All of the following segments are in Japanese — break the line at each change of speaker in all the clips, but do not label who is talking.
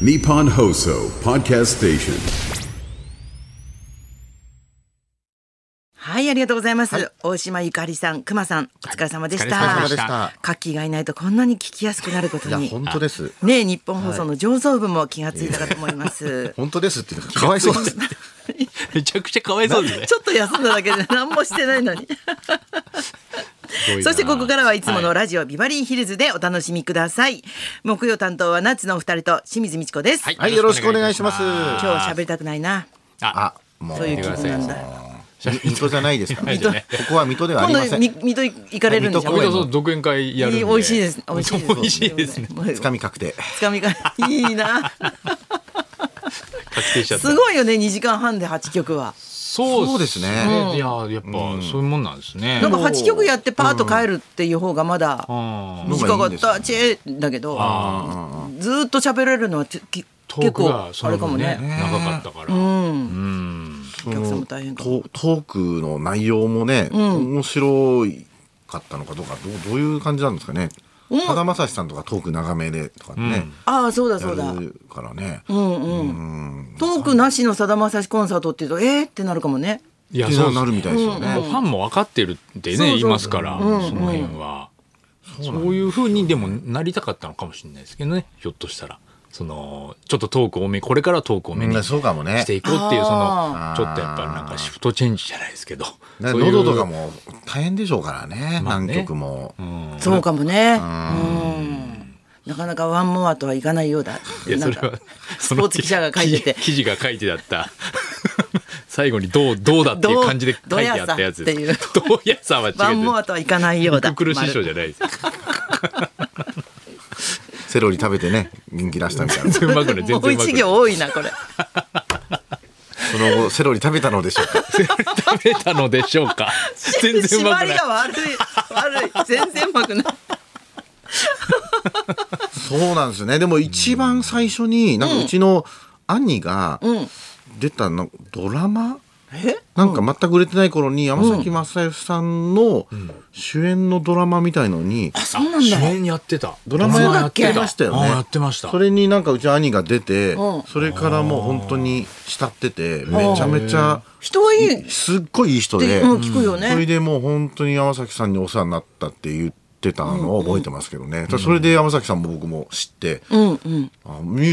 Nippon Hoso Podcast Station.
はい、ありがとうございます。大島ゆかりさん、くまさん、お疲れ様でし
お疲れ
た。
様
カ
でした
ッキーがいないとこんなに聞きやすくなること
いや
に。
本当です。
ねえ、日本放送の上層部も気がついたかと思います。
本当ですっていうのがかわいそうです。
めちゃくちゃかわいそうですね
ちょっと休んだだけで何もしてないのに。そしてここからはいつものラジオビバリーヒルズでお楽しみください。木曜担当はナッツのお二人と清水美智子です。
はい
はいよろしくお願いします。
今
今日は喋りたくないな。
あ
あ、もう
そういう気分なんだ。
水戸じゃないですから。
水
こ
戸ね
こは水戸ではあ
今
りま
度
せ
み
ん。
水戸行かれるんでしょ。
水戸公園
い
の
そう独演会やるん
い
で
美味しいです。美味しいです。
美味しいですね
もう
つかみ確定。
つかみがいいな。
確定しちゃった
すごいよね、2時間半で8曲は。
そう
そう
いややっぱそういうもんなんですね
なんか8曲やってパーッと帰るっていう方がまだ
うん
短か
うん
った、チェーだけど、ずーっと喋れるのはてき
ト
結
ーク
構
が
あ
そ
れ
れ
か
か
も
もね
ね。
長かったから
お客さんも大変かも。
トトークの内容もね、面白い。かったのかどうかどうどういう感じなんですかね。さだまさしさんとかトーク長めでとかね、
ああ、そうだそうだ。
や
う
るからね。
んうん。トークなしのさだまさしコンサートっていうと、えーってなるかもね。
いや
って
そう
なるみたいですよ
もう
ね。
ファンも分かってるってね言いますからその辺はそういう風にでもなりたかったのかもしれないですけどねひょっとしたらそのちょっとトーク多めこれからトーク多め
みん
に
なそうかもね
し。ていこうっていうそ
あー
のちょっとやっぱなんかシフトチェンジじゃないですけど
ね
そういう
喉とかも大変でしょうからね。
まあね
何曲も。
そうかもね。うん。なかなかワンモアとはいかないようだ。
いや
な
そ
ん
れ
か
は
スポーツ記者が書いてて
記事記事が書いてあった最後にどうどうだっていう感じで書いてあったやつ
どうや
で
さ
すどうやさは違
ワンモ
う
アとはいかないようだ。
苦師匠じゃないです
セロリ食べてね、元気出したみ たいな。
全然うまくない全然
もう
うまく
一
な い
行多いな、これ。
その後、セロリ食べたのでしょうか。
食べたのでしょうか全然う
縛
まく
り
ない
が悪い。悪い。全然うまくない。
そうなんですよね。でも一番最初に、なんかうちの兄が出たの、ドラマ
え
なんか全く売れてない頃に山崎正義さんの主演のドラマみたいのに、
そうなんだ
主演やってた
ドラマ
や
や
っ
ってて
ま
ま
し
したた
よ
よ
ね
ね。
そ
それになんかうち兄が出て
うん、
それからもう本当に慕ってて、めちゃめちゃ、
人はいいっ
すっごいいい人
て
で、
うん聞くよね。
それでもう本当に山崎さんにお世話になったって言ってたのを覚えてますけどね、ただそれで山崎さんも僕も知って、あミュ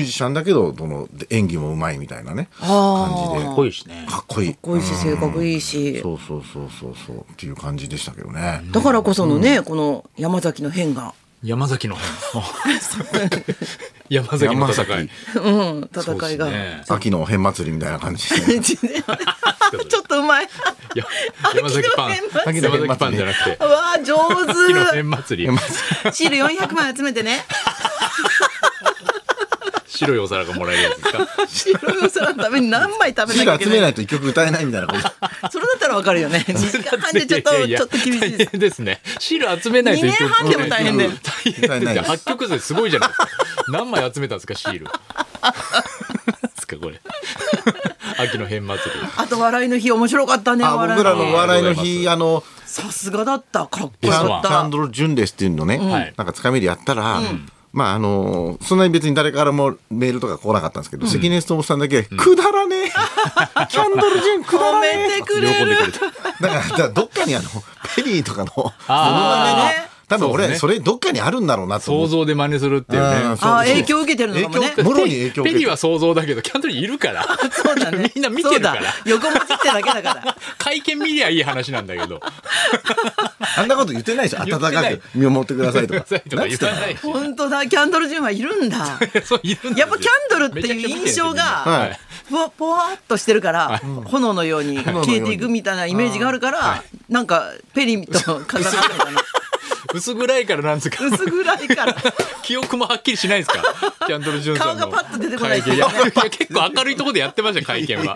ージシャンだけどどの演技もうまいみたいなね
あー
感じで
濃いしね
かっこいい
かっこいいし性格いいし
そうそうそうそうそうっていう感じでしたけどね、
だからこそのね、この山崎の変が、
山崎の 山崎の戦い
うん、
そうで
戦い
す
が。
ね
秋の変祭りみたいな感じで、
ちょっとう まい。
いや山崎パン
秋
の
山
変祭り
崎パンじゃなくて
うわあ上
秋の変
手。
祭り
変
シール400枚集めて ね。
白いお皿がもらえるやつですか
白いお皿のために何枚食べなきゃい
集め
けな。
ないいと一曲歌えないみたいなこと
それだったらわかるよね。2時 間半でちょっと
いやいや
ちょっと厳しい
大
です。
変ですね。シール集めないと
二年半でも大変だよ
大変です
大変
ね。
です
八曲数すごいじゃないですか。何枚集めたんですかシール。ですかこれ。秋の変祭り。
あと笑いの日面白かったね。
あ
笑い
僕らのお
の日。
笑いの
あり
日あの
さすがだった。かっこ
キ
よ
ャ
か
ン
っ
キャ
た
ン。ドル・ジュンレスっていうのね、
はい
なんかつかみでやったら、まああのそんなに別に誰からもメールとか来なかったんですけど、関根勤さんだけ、くだらねえ キャンドル・ジュンく
褒
だら
め
ね
てく
喜んで
れる。
くれた。
えだからだからどっかにあのペリーとかのモノマ
あ
ネの多分俺
そう
そ,、
ね
れどっかにあるんだろうなと思
想
って
像で真似するっていう
う
ね
ん。そう
ああー影響を受けてるのかもね。
もろに影響を受
ペ
け
リー
て
は想像だけどキャンドルいるから。
そうだね
。みんな見てるか
そう
ら
だ。横文字ってだけだ から。
会見見りゃいい話なんだけど。
あんなこと言ってないでしょ
言
温
ってない
かく見守ってくださいと
くだ
か
さいとか言わないし。
本当だ。キャンドルジュンはいるんだ。
そういるんですよ
やっぱキャンドルっていう印象が
はい
ぽわぽわっとしてるから、炎のように消えていくみたいなイメージがあるから、なんかペリと重なるのかな。
薄暗いからなんですか。
薄暗いから。
記憶もはっきりしないですかキャンドル・ジュンさんの
顔がパッと出てこない
会見いやいや結構明るいとこでやってました会見は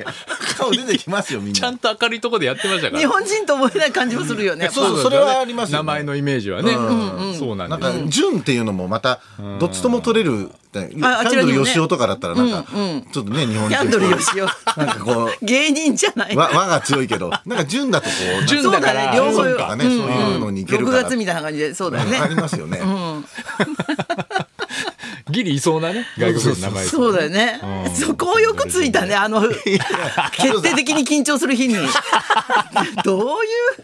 顔出てきますよみん
ちゃ
なん
と明るいとこでやってましたか
日
ら
本人と思えない感じもするよね。
そうそうそれはありますよね
名前のイメージはねそうな
なんん
です
か「純」っていうのもまたどっちとも取れるキ
ああ
ャ
ち
ン
ら
ド
にもね
ルよしおとかだったらなんかちょっとね日本人
キャンドルよしお。
なんかこう
芸人じゃない。
わ和が強いけどなんか純だとこ う
純だか
そうだ
ら
ね両方
そういうかねそういうのにいける
6
から
月みたいな感じでそうだよ
あ
ね。
りますよね
ギリいそうなね、外国人の名前ですね
そうだよね、
うん
そこをよくついたねあの決定的に緊張する日にどういう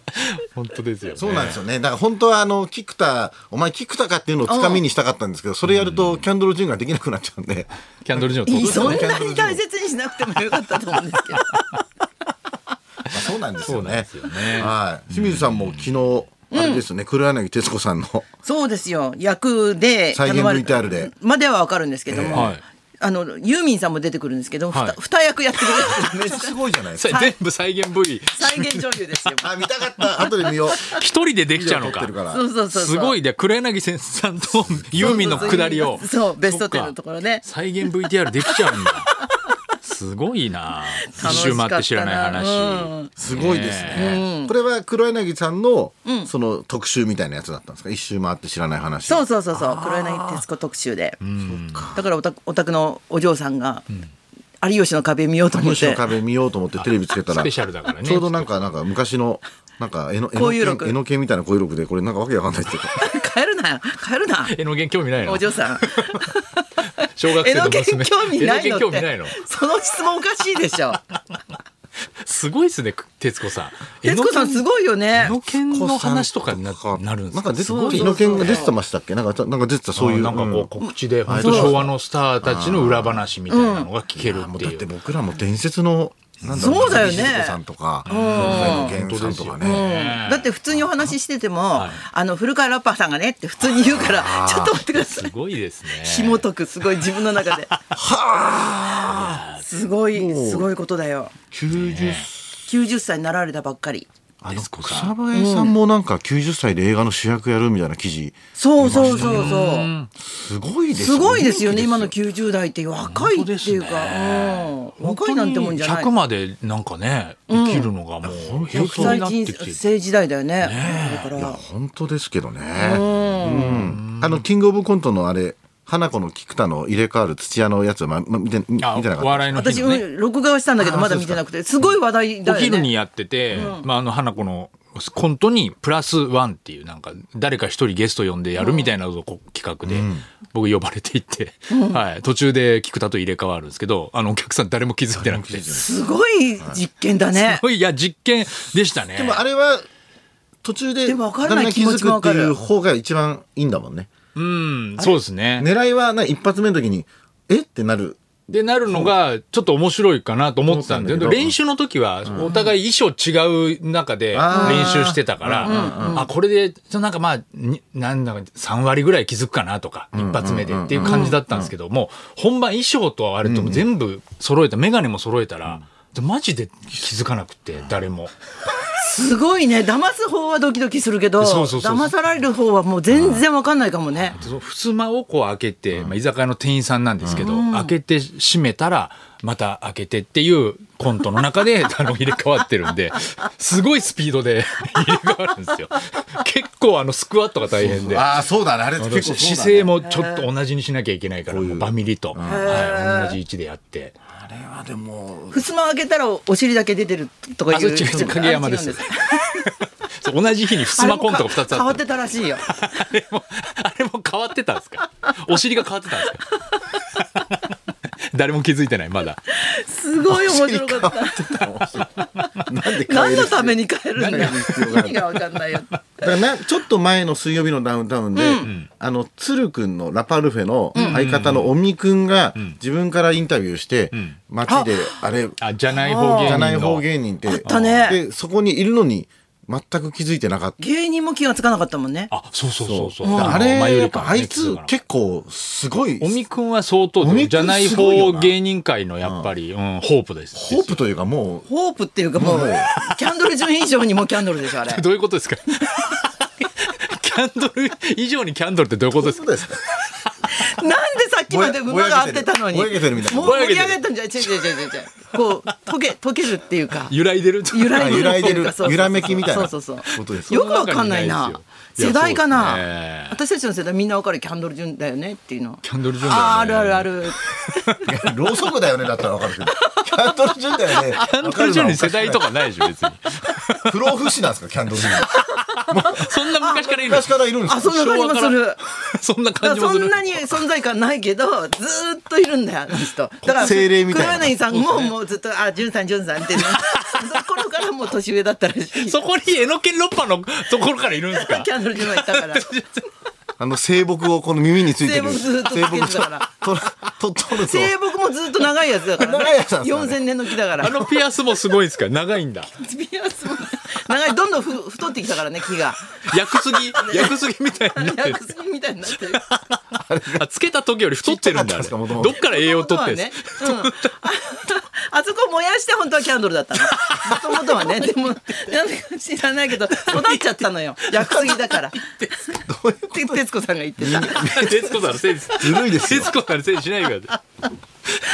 本当ですよね。
そうなんですよね。だから本当はあの、キクタ、お前キクタかっていうのをつかみにしたかったんですけど、それやるとキャンドル・ジュンができなくなっちゃうんで、
キャンドル・ジュンを
いい
取っ
そんなに大切にしなくてもよかったと思うんですけど
まあそうなんですよ
そうなん
ね
ですよね。
はい。清水さんも昨日、あれですね、黒柳徹子さんの、
そうですよ役で
再現
頼まれ
VTR で
まではわかるんですけども、
ええはい
あのユーミンさんも出てくるんですけど、ふ
は
た
い
二役やってくれるんで
めっち
す
ゃすごいじゃないですか。
さ全部再現 V。
再現女優 ですよ
あ、見たかった。後で見よう。
一人でできちゃうの
撮っ
か
てる。から
そうそうそうそう
すごいで黒柳さんとユーミンの下りを
そうそうベスト10のところね
そっか再現 VTR できちゃうんだすごいな一
楽し
周
かったな
回って知らない
うん
話
すごいです
ね
ね。これは黒柳さんの、その特集みたいなやつだったんですか一周回って知らない話。
そうそうそうそう黒柳徹子特集で、だからおたお宅のお嬢さんが、有吉の壁見ようと思っ
虫の
て
壁見ようと思ってテレビつけたら、
スペシャルだからね
ちょうどなんか、なんか昔の、なんか、えの、えの
こういう
け
録
んえのけんみたいなこういう録で、これなんかわけわかんないっていうか。
帰るな帰るな
絵の原興味ないの
お嬢さん
小学
絵
生の
の具
娘
興味ない
絵
の
の
っ
具興味ない
て
の
その質問おかしいでし ょ
すごいですね徹子さん
徹子さんす
い
ごいよね
絵の剣の話とかにななるんです
なんか出て
す
た、
ごい
猪犬が出てましたっけなんか、なんか出てた、そういう。
なんかこ
ん
う告知で本当昭和のスターたちの裏話みたいなのが聞ける
も
っ
う
て
だっ
いう
て僕らも伝説の、なんだ
そうだよね
水木しずくさんとか、うん。源さんとかね。
ね
だって普通にお話ししてても、
い
あの古川ラッパーさんがねって普通に言うからちょっと待ってくださ
す
い
ごいですね
紐解くすごい自分の中 ですごいすごいことだよ
90、
90歳になられたばっかり
あの、
徹子さ
草
ん
笛さんもなんか90歳で映画の主役やるみたいな記事。
そうそうそうそう
すごいです
すごいですよね今の
記
90代って若いっていうか、うん、
本
若
当
い
に
なんてもんじゃない
100までなんかね生きるのがもう平気に
最
なって
近
きてる
政時代だよねだから
本当ですけどね。うん。あの、キングオブコントのあれ、花子の菊田の入れ替わる土屋のやつは、ま、ま見て、見見て
あ
なかった。
お笑いの
私
日のね
うん録画はしたんだけど
あー
まだ見てなくてすごい話題
お
だよ
昼に
ね
やってて、まあ、あの花子のコントにプラスワンっていうなんか誰か一人ゲスト呼んでやるみたいなのをこう企画で僕呼ばれていって、はい、途中で菊田と入れ替わるんですけどあのお客さん誰も気づいてなくてす
すごい実験だね
ごいいや実験でしたね
でもあれは途中で
でもわかんない
だだ気づくっていう方が一番いいんだもんね。
うんそうですね
狙いはな一発目の時にえってなる。
でなるのがちょっと面白いかなと思ってたんだけ
う
ど
ん
練習の時はお互い衣装違う中で
あー
練習してたからあこれでちょなんかまあになんだか3割ぐらい気づくかなとか一発目でっていう感じだったんですけども本番衣装とあれとも全部揃えた眼鏡も揃えたらでマジで気づかなくて誰も
すごいね騙す方はドキドキするけど
そうそうそう
騙される方はもう全然わかんないかもね
その襖をこう開けて、まあ、居酒屋の店員さんなんですけど、開けて閉めたらまた開けてっていうコントの中 であの入れ替わってるんですごいスピードで 入れ替わるんですよ結構あのスクワットが大変で。
ああそうだねあれ
あの姿勢もちょっと同じにしなきゃいけないから、もうバミリと、はい、同じ位置でやって。
あれはでも
ふすま開けたらお尻だけ出てるとかい
あ、
う
それ違う違う、影山で
あ
す
違うん。
そう同じ日にふすまコントが2つあった
変わっ
の
てたらしいよ
あれも、あれも変わってたんですかお尻が変わってたんですか 誰も気づいてない、まだ。
すごい面白 か った
なんで変え
何
る
のために変えるのよ
要がある
意味がわかんないよ
だからなちょっと前の水曜日のダウンタウンで、あの鶴くんのラパルフェの相方の尾身くんが自分からインタビューして、街であれ
あ、じゃない方芸人の。
じゃない方芸人って
たね
でそこにいるのに全く気づいてなかった。
芸人も気がつかなかったもんね
あ、そうそうそうそう。
だからあ
の前
れ、
よ
やっ
りか
ぱ
は
あ
ね
いつ結構すごい、
おみくんは相当
おみくん
じゃない
すごいよ
方
な
芸人界のやっぱり、うん、ホープです。
ホープというかも
ホープっていうかもうキャンドル順以上にもうキャンドルでしょあれ
どういうことですか キャンドル以上にキャンドルってどういうこと
う、
です
そ
か
うですか
なんでさっきまで馬が合ってたのに。
ぼやけてるみたいな
もう盛り上げたんじゃない違う違う違う違う違う。こう、溶け、溶けるっていうか。
揺らいでる
揺らいでる。
揺らいでる
そうそうそう
揺らめきみたいな
そうそうそう。
ことです
よくわかんないな。
その中にいないですよ
世代かない
やそうですね
私たちの世代みんなわかるキャンドル順だよねっていうの。
キャンドル順だよね
あーあるあるある。
いやろうそ くだよねだったらわかるけど。 キャンドル順だよね。
キャンドル以上に世代とかないでしょ、 別に。
不老不死なんですか、キャンドル順。
そんな昔からいるの
昔からいるんです
あ、
か
そんな感じもする。
そんな
だ
感
か
じ
ら
も
そ
する
んなに存在感ないけどずーっといるんだよあの 人だから
精霊みたいな
黒柳さんももうずっと「あ潤さん潤さん」 って、ね、その頃からもう年上だったらしい
そこにエノケンロッパのところからいるんですか
キャンドル・ジュンさんいた から
あの静木をこの耳についてる
静木ずっとつけてた から
ととと 取ると
静木もずっと長いやつだから、ね
長いやつなんですかね
4000年の木だから
あのピアスもすごいんですか長いんだ
ピアスも長いどんどんふ太ってきたからね木が
薬すぎ 薬すぎみたいになってる
薬杉みたいになってる
あつけた時より太ってるんだあ
ちっ
れ
ちゃか
ど
ったんですか元々
っから栄養取ってるん
ね
です、
うん、ああそこ燃やして本当はキャンドルだったのもともとはねでもなんか知らないけど育っちゃったのよ薬杉だから
どういう
って徹子さんが言ってた
徹子さんのせいです
ずるいですよ
徹子さんのせいにしないでください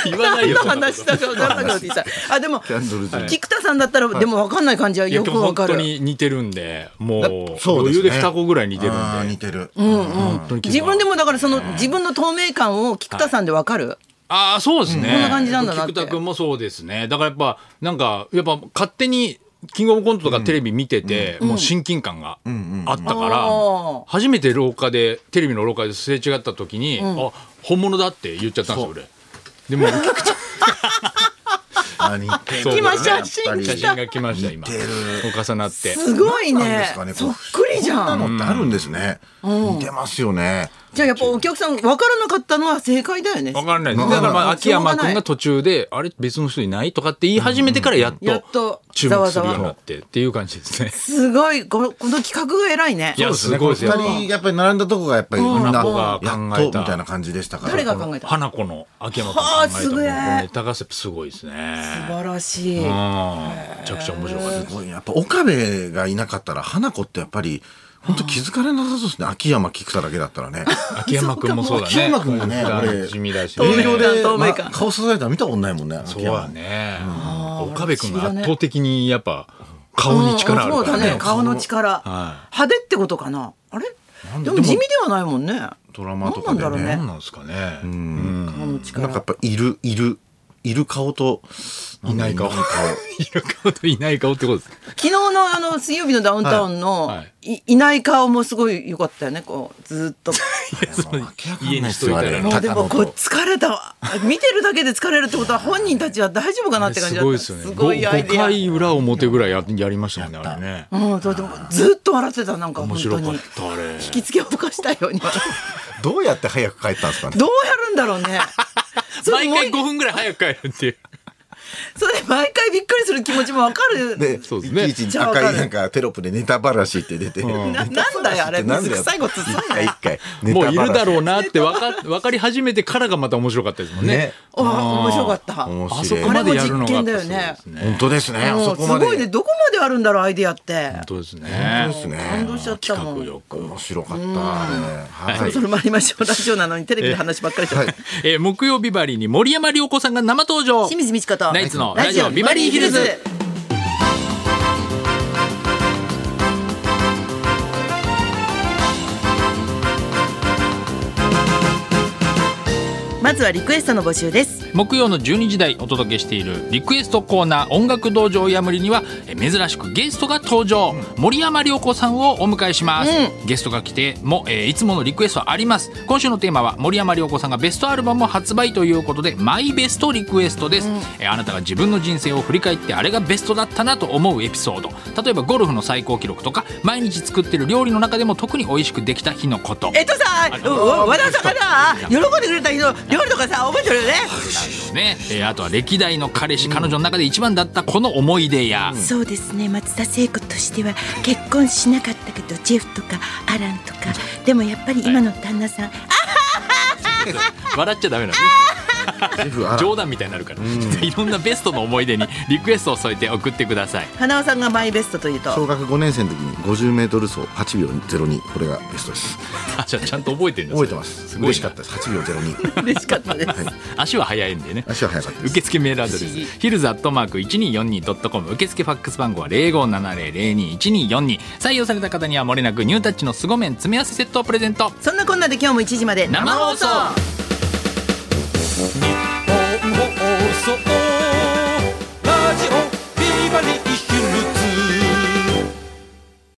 言わないよそんなこ
話
と
だからだからって言ってたあでも
キャンドルズ
菊田さんだったら、でも分かんない感じはよ
いや
く
でも
分か
本当
る
に似てるんでもう
そうですね
余裕で二個ぐらい似てるんで
あー似てる、
本当に気が
自分でもだからその自分の透明感を菊田さんで分かる、
ああそうですね、
こんな感じなんだなって
菊田君もそうですねだからやっぱなんかやっぱ勝手にキングオブコントとかテレビ見てて、もう親近感があったから、
うんうん
初めて廊下でテレビの廊下ですれ違った時に、あ本物だって言っちゃったんですよ俺でも菊田
あ似てる
そう
来ました
やっぱ
新
り
写真が来ました今
似てる
重なって
すごい
なんで
ね
すかね
そっくりじゃ
こ
ん
んなのってあるんですね、似てますよね
じゃあやっぱお客さん分からなかったのは正解だよね
わかんないで
わ
す
か
だ
んない
からまあ秋山
しょうが
君
ない
が途中であれ別の人いないとかって言い始めてからやっ
やっと
と注
ざ
目
わ
す
ざ
る
わ
ようになってっていう感じですね
すごいこのこの企画が偉いね
いや
そうです
すごいで
ね
す
こ
やっぱ
の二人やっぱり並んだとこがやっぱりみんな
花子が
やっ
考えた
とみたいな感じでしたから
誰が考えたの
花子の秋山君
はあ
が考え
す
た
げえ
もうネタがすごいですね。
素晴らしい
うんめちゃくちゃ面白かったです
すごいやっぱ岡部がいなかったら花子ってやっぱり本当気づかれなさそうですね秋山菊田だけだったらね
秋山君もそうだね。
秋山君もね
普段
俺
地味だし、
透
営
明
業
感
で、
透
ま
明感
顔刺されたの見たことないもんね
そ
秋
う
山
だ
ね
ね。
ー
岡部君
不
が
思議だね
圧倒的にやっぱ顔に力あるか
うんそう
ら
だね
ね。
顔の力
は
派手ってことかなあれ
ん
で
で
も地味ではないもんね
ドラマとかで
なんだろうね
ね
何なんですかね。
顔の力
なんかやっぱいるいるいる顔とい
いない顔 いる顔といない顔ってことです。
昨日のあの水曜日のダウンタウンの、、
はいはい
いない顔もすごい良かったよねこうずーっ と
家にしといたら
もうでもこう
こ
疲れたわ見てるだけで疲れるってことは本人たちは大丈夫かなって感じだっ
す
た
ごいですよね。
す
5
ごいアイデア
回裏表ぐらいややりましたもんね。あれね。
うんそうでもずーっと笑ってたなんか
面
本
白
当
かっ
に
た あれ。
引き付けを犯したように
どうやって早く帰ったんですかね
どうやるんだろう ねそれ
毎
もう
回5分ぐらい早く帰るっていう。
それ毎回びっくりする気持ちもわかる
で、
そうですね
いちいち赤いなんかテロップでネタばらしって出て、
ななんだよあれ
なん
水
で
臭いことすん
一
な
回
よ
一回
もういるだろう
う
なって分か分かり始めてからがまた面白かったですもんね
ね。
あ面白かった
面白い
あそこまでやるのがやっぱ
あれも実験だよね
そうですね
本当ですねあ
も
そうこ
す
まで
ごいねどこまであるんだろうアイディアって
本当ですね。
本当です
感動
ね
しちゃった
企
も
画
ん
力。
面白かったねはい
それもありましょうラジオなのにテレビの話ばっかりじゃ ない
えー木曜ビバリーに森山良子さんが生登場。
清水美智子と
ナイツのラジオビバリーヒルズ
まずはリクエストの募集です
木曜の12時台お届けしているリクエストコーナー音楽道場やむりにはえー珍しくゲストが登場、森山良子さんをお迎えします、ゲストが来ても、えーいつものリクエストはあります今週のテーマは森山良子さんがベストアルバムを発売ということでマイベストリクエストです、えーあなたが自分の人生を振り返ってあれがベストだったなと思うエピソード例えばゴルフの最高記録とか毎日作ってる料理の中でも特に美味しくできた日のこと
えっとさわ和田さんがさ喜んでくれた人料理とかさ覚えてるよね
ね、えーあとは歴代の彼氏彼女の中で一番だったこの思い出や、
そうですね松田聖子としては結婚しなかったけどジェフとかアランとかでもやっぱり今の旦那さん、
笑っちゃダメな
ジェフ
の
あら
冗談みたいになるから、いろんなベストの思い出にリクエストを添えて送ってください
花尾さんがマイベストというと
小学5年生の時に 50m 走8秒02これがベストです
あじゃあちゃんと覚えてるんです
覚えてます
す
美
ご
味
い
しか
な
ったです8秒02
嬉しかったです
足は速いんでね
足は速かったです
受付メールアドレスヒルズアットマーク 1242.com 受付ファックス番号は0570021242採用された方にはもれなくニュータッチの凄麺詰め合わせセットをプレゼント
そんなこんなで今日も1時まで
生放送
生放送
放送